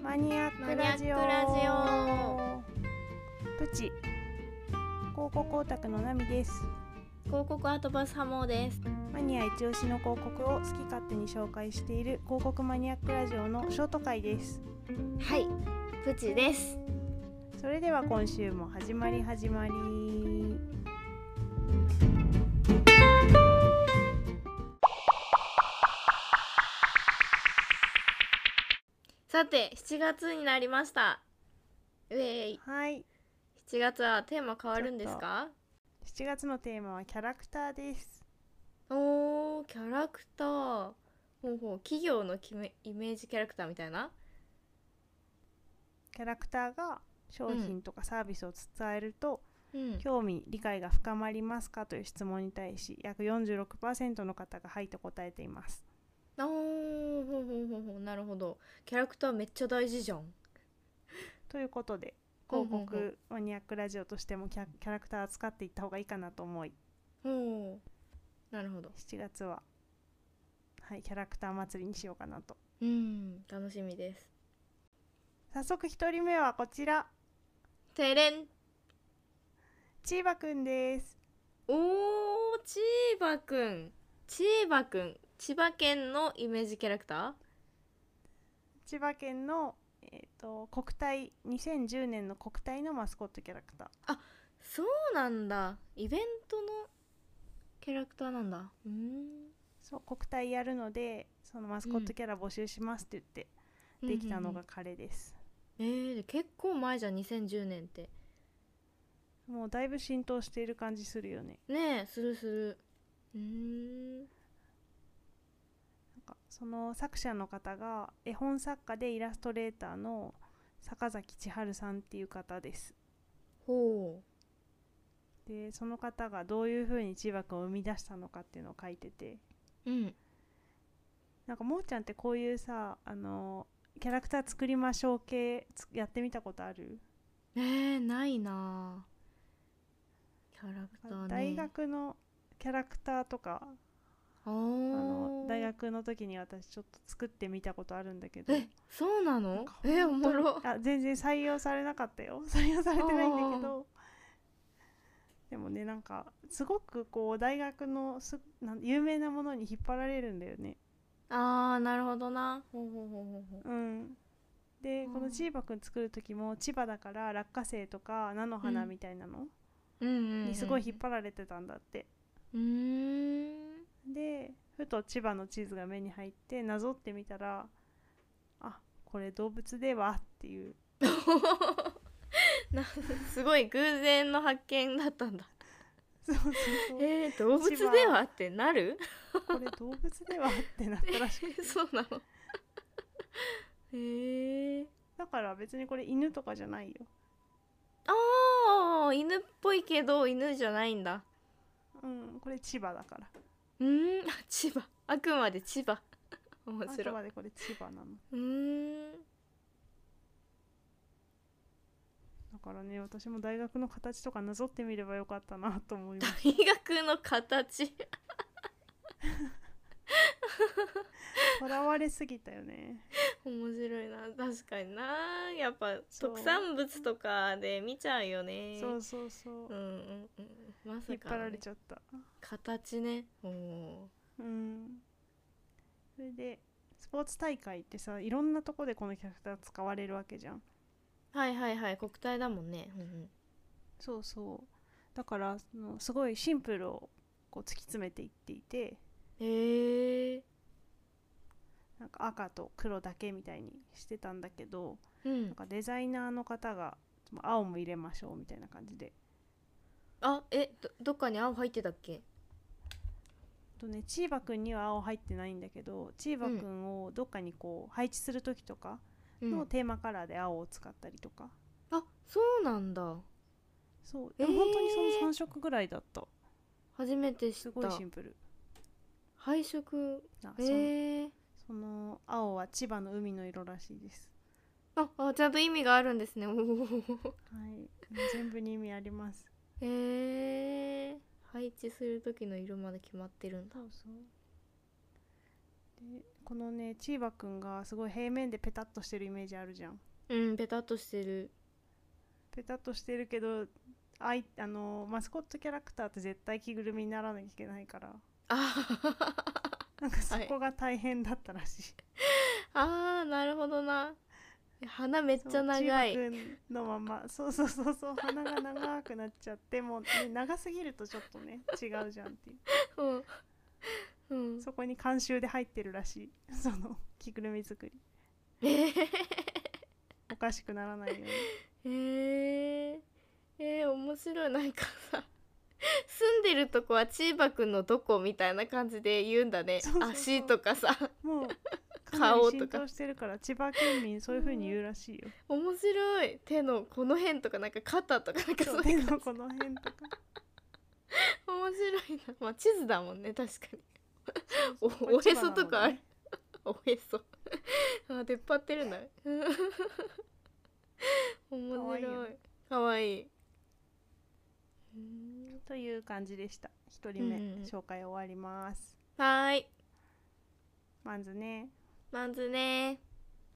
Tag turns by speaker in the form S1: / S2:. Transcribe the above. S1: ラジオ
S2: マニャックラ
S1: プチ広告オタクのナミです
S2: 広告アドバイスハモーです
S1: マニア一押しの広告を好き勝手に紹介している広告マニアックラジオのショート回です
S2: はいプチです
S1: それでは今週も始まり始まり
S2: さて7月になりましたウェイ
S1: はい
S2: 7月はテーマ変わるんですか
S1: 7月のテーマはキャラクターです
S2: おーキャラクターほうほう企業のキメイメージキャラクターみたいな
S1: キャラクターが商品とかサービスを伝えると、
S2: うん
S1: 興味理解が深まりますかという質問に対し約46%の方が「はい」と答えています
S2: あーほうほうほうほうなるほどキャラクターめっちゃ大事じゃん
S1: ということで
S2: うんうんう
S1: 広
S2: ん
S1: 告マニアックラジオとしてもキャキャラクターを使っていった方がいいかなと思い
S2: ほうなるほど
S1: 7月は、はい、キャラクター祭りにしようかなと
S2: うん楽しみです
S1: 早速1人目はこちら
S2: てれん
S1: チーバくんです
S2: おーチーバくんチーバくん千葉県のイメージキャラクタ
S1: 千葉県の、えー、と国体2010年の国体のマスコットキャラクター
S2: ーそうなんだイベントのキャラクターなんだうーん
S1: そう国体やるのでそのマスコットキャラ募集しますって言ってできたのが彼です、
S2: えー、結構前じゃん2010年って
S1: もうだいぶ浸透している感じするよね
S2: ねえするするうーん
S1: なんかその作者の方が絵本作家でイラストレーターの坂崎千春さんっていう方です
S2: ほ
S1: でその方がどういうふうに千葉君を生み出したのかっていうのを書いてて
S2: ううん
S1: なんかもーちゃんってこういうさあのキャラクター作りましょう系つやってみたことある、
S2: えー、ないなあキャラクターね
S1: 大学のキャラクターとか
S2: あ
S1: あ
S2: の
S1: の大学の時に私ちょっと作ってみたことあるんだけど
S2: えそう
S1: な
S2: な
S1: ん
S2: の
S1: か
S2: えおもろ
S1: 本当にあ全然採用されなかったよ 採用されてないんだけどでもねなんかすごくこう大学のすなん有名なものに引っ張られるんだよね
S2: あーなるほどなほうほうほうほうほう
S1: うんで
S2: うん
S1: この千葉くん作る時も千葉だから落花生とか菜の花みたいなの
S2: うんうんうん
S1: にすごい引っ張られてたんだって
S2: うーん
S1: でふと千葉の地図が目に入ってなぞってみたらあこれ動物ではっていう
S2: なすごい偶然の発見だったんだ
S1: そうそうそう
S2: えー、動物ではってなる
S1: これ動物ではってなったらしくて
S2: そうな のへえー、
S1: だから別にこれ犬とかじゃないよ
S2: あー犬っぽいけど犬じゃないんだ
S1: うんこれ千葉だから
S2: うーんあ千葉あくまで千葉面
S1: あく
S2: 白い
S1: までこれ千葉なの
S2: うーん
S1: だからね私も大学の形とかなぞってみればよかったなと思います
S2: 大学の形
S1: とらわれすぎたよね
S2: 面白いな確かになやっぱ
S1: そう
S2: 特産物とかで見ちゃうよね
S1: そうそうそう、
S2: うんうんうんまさか、
S1: 引っ張られちゃった
S2: 形ねおお
S1: うんそれでスポーツ大会ってさいろんなとこでこのキャラクター使われるわけじゃん
S2: はいはいはい国体だもんね、うん
S1: そうそうだからそのすごいシンプルをこう突き詰めていっていて
S2: うん、へえ
S1: なんか赤と黒だけみたいにしてたんだけど、
S2: うん
S1: なんかデザイナーの方がまあ青も入れましょうみたいな感じで、
S2: あえどどっかに青入ってたっけ
S1: とね、チーバくんには青入ってないんだけどチーバくんをどっかにこう配置する時とか
S2: う
S1: の
S2: ん
S1: テーマカラーで青を使ったりとか、
S2: あそうなんだ
S1: そうでも本当に
S2: えー
S1: その3色ぐらいだった、
S2: 初めて知
S1: す
S2: っ
S1: ごい
S2: た
S1: シンプル
S2: 配色
S1: なその
S2: へえ
S1: その青は千葉の海の色らしいです、
S2: ああちゃんと意味があるんですねおお
S1: はい、全部に意味あります
S2: へえ配置する時の色まで決まってるんだ
S1: そうそうでこのねチーバくんがすごい平面でペタッとしてるイメージあるじゃん
S2: うんペタッとしてる
S1: ペタッとしてるけどあいあのマスコットキャラクターって絶対着ぐるみにならなきゃいけないから
S2: あ
S1: なんかそこが大変だったらしい、
S2: あーなるほどな鼻めっちゃ長い
S1: そう千葉君のままそうそうそうそう鼻が長くなっちゃってもう、ね、長すぎるとちょっとね違うじゃんっていう
S2: うん、うん、
S1: そこに監修で入ってるらしいその着ぐるみ作り
S2: え
S1: おかしくならないように
S2: ー、えー、面白いなんかさ住んでるとこはチーバくんのどこみたいな感じで言うんだね
S1: そうそうそう
S2: 足とかさ
S1: もうかなり
S2: 顔とか
S1: 浸透してるから千葉県民そういう風に言うらしいよ。
S2: 面白い手のこの辺とかなんか肩とかなんかそう
S1: そう
S2: い
S1: 手
S2: う感
S1: の
S2: じ
S1: この辺とか。
S2: 面白いなまあ地図だもんね確かにお
S1: そう
S2: おへそとかあ。
S1: こ
S2: るおへそあ出っ張ってるんだ 面
S1: かわい
S2: 白い
S1: いよ
S2: かわいいうーん
S1: 千葉なのねという感じでした。一人目、
S2: うんうん
S1: 紹介終わります。
S2: はーい
S1: まずね。
S2: まずね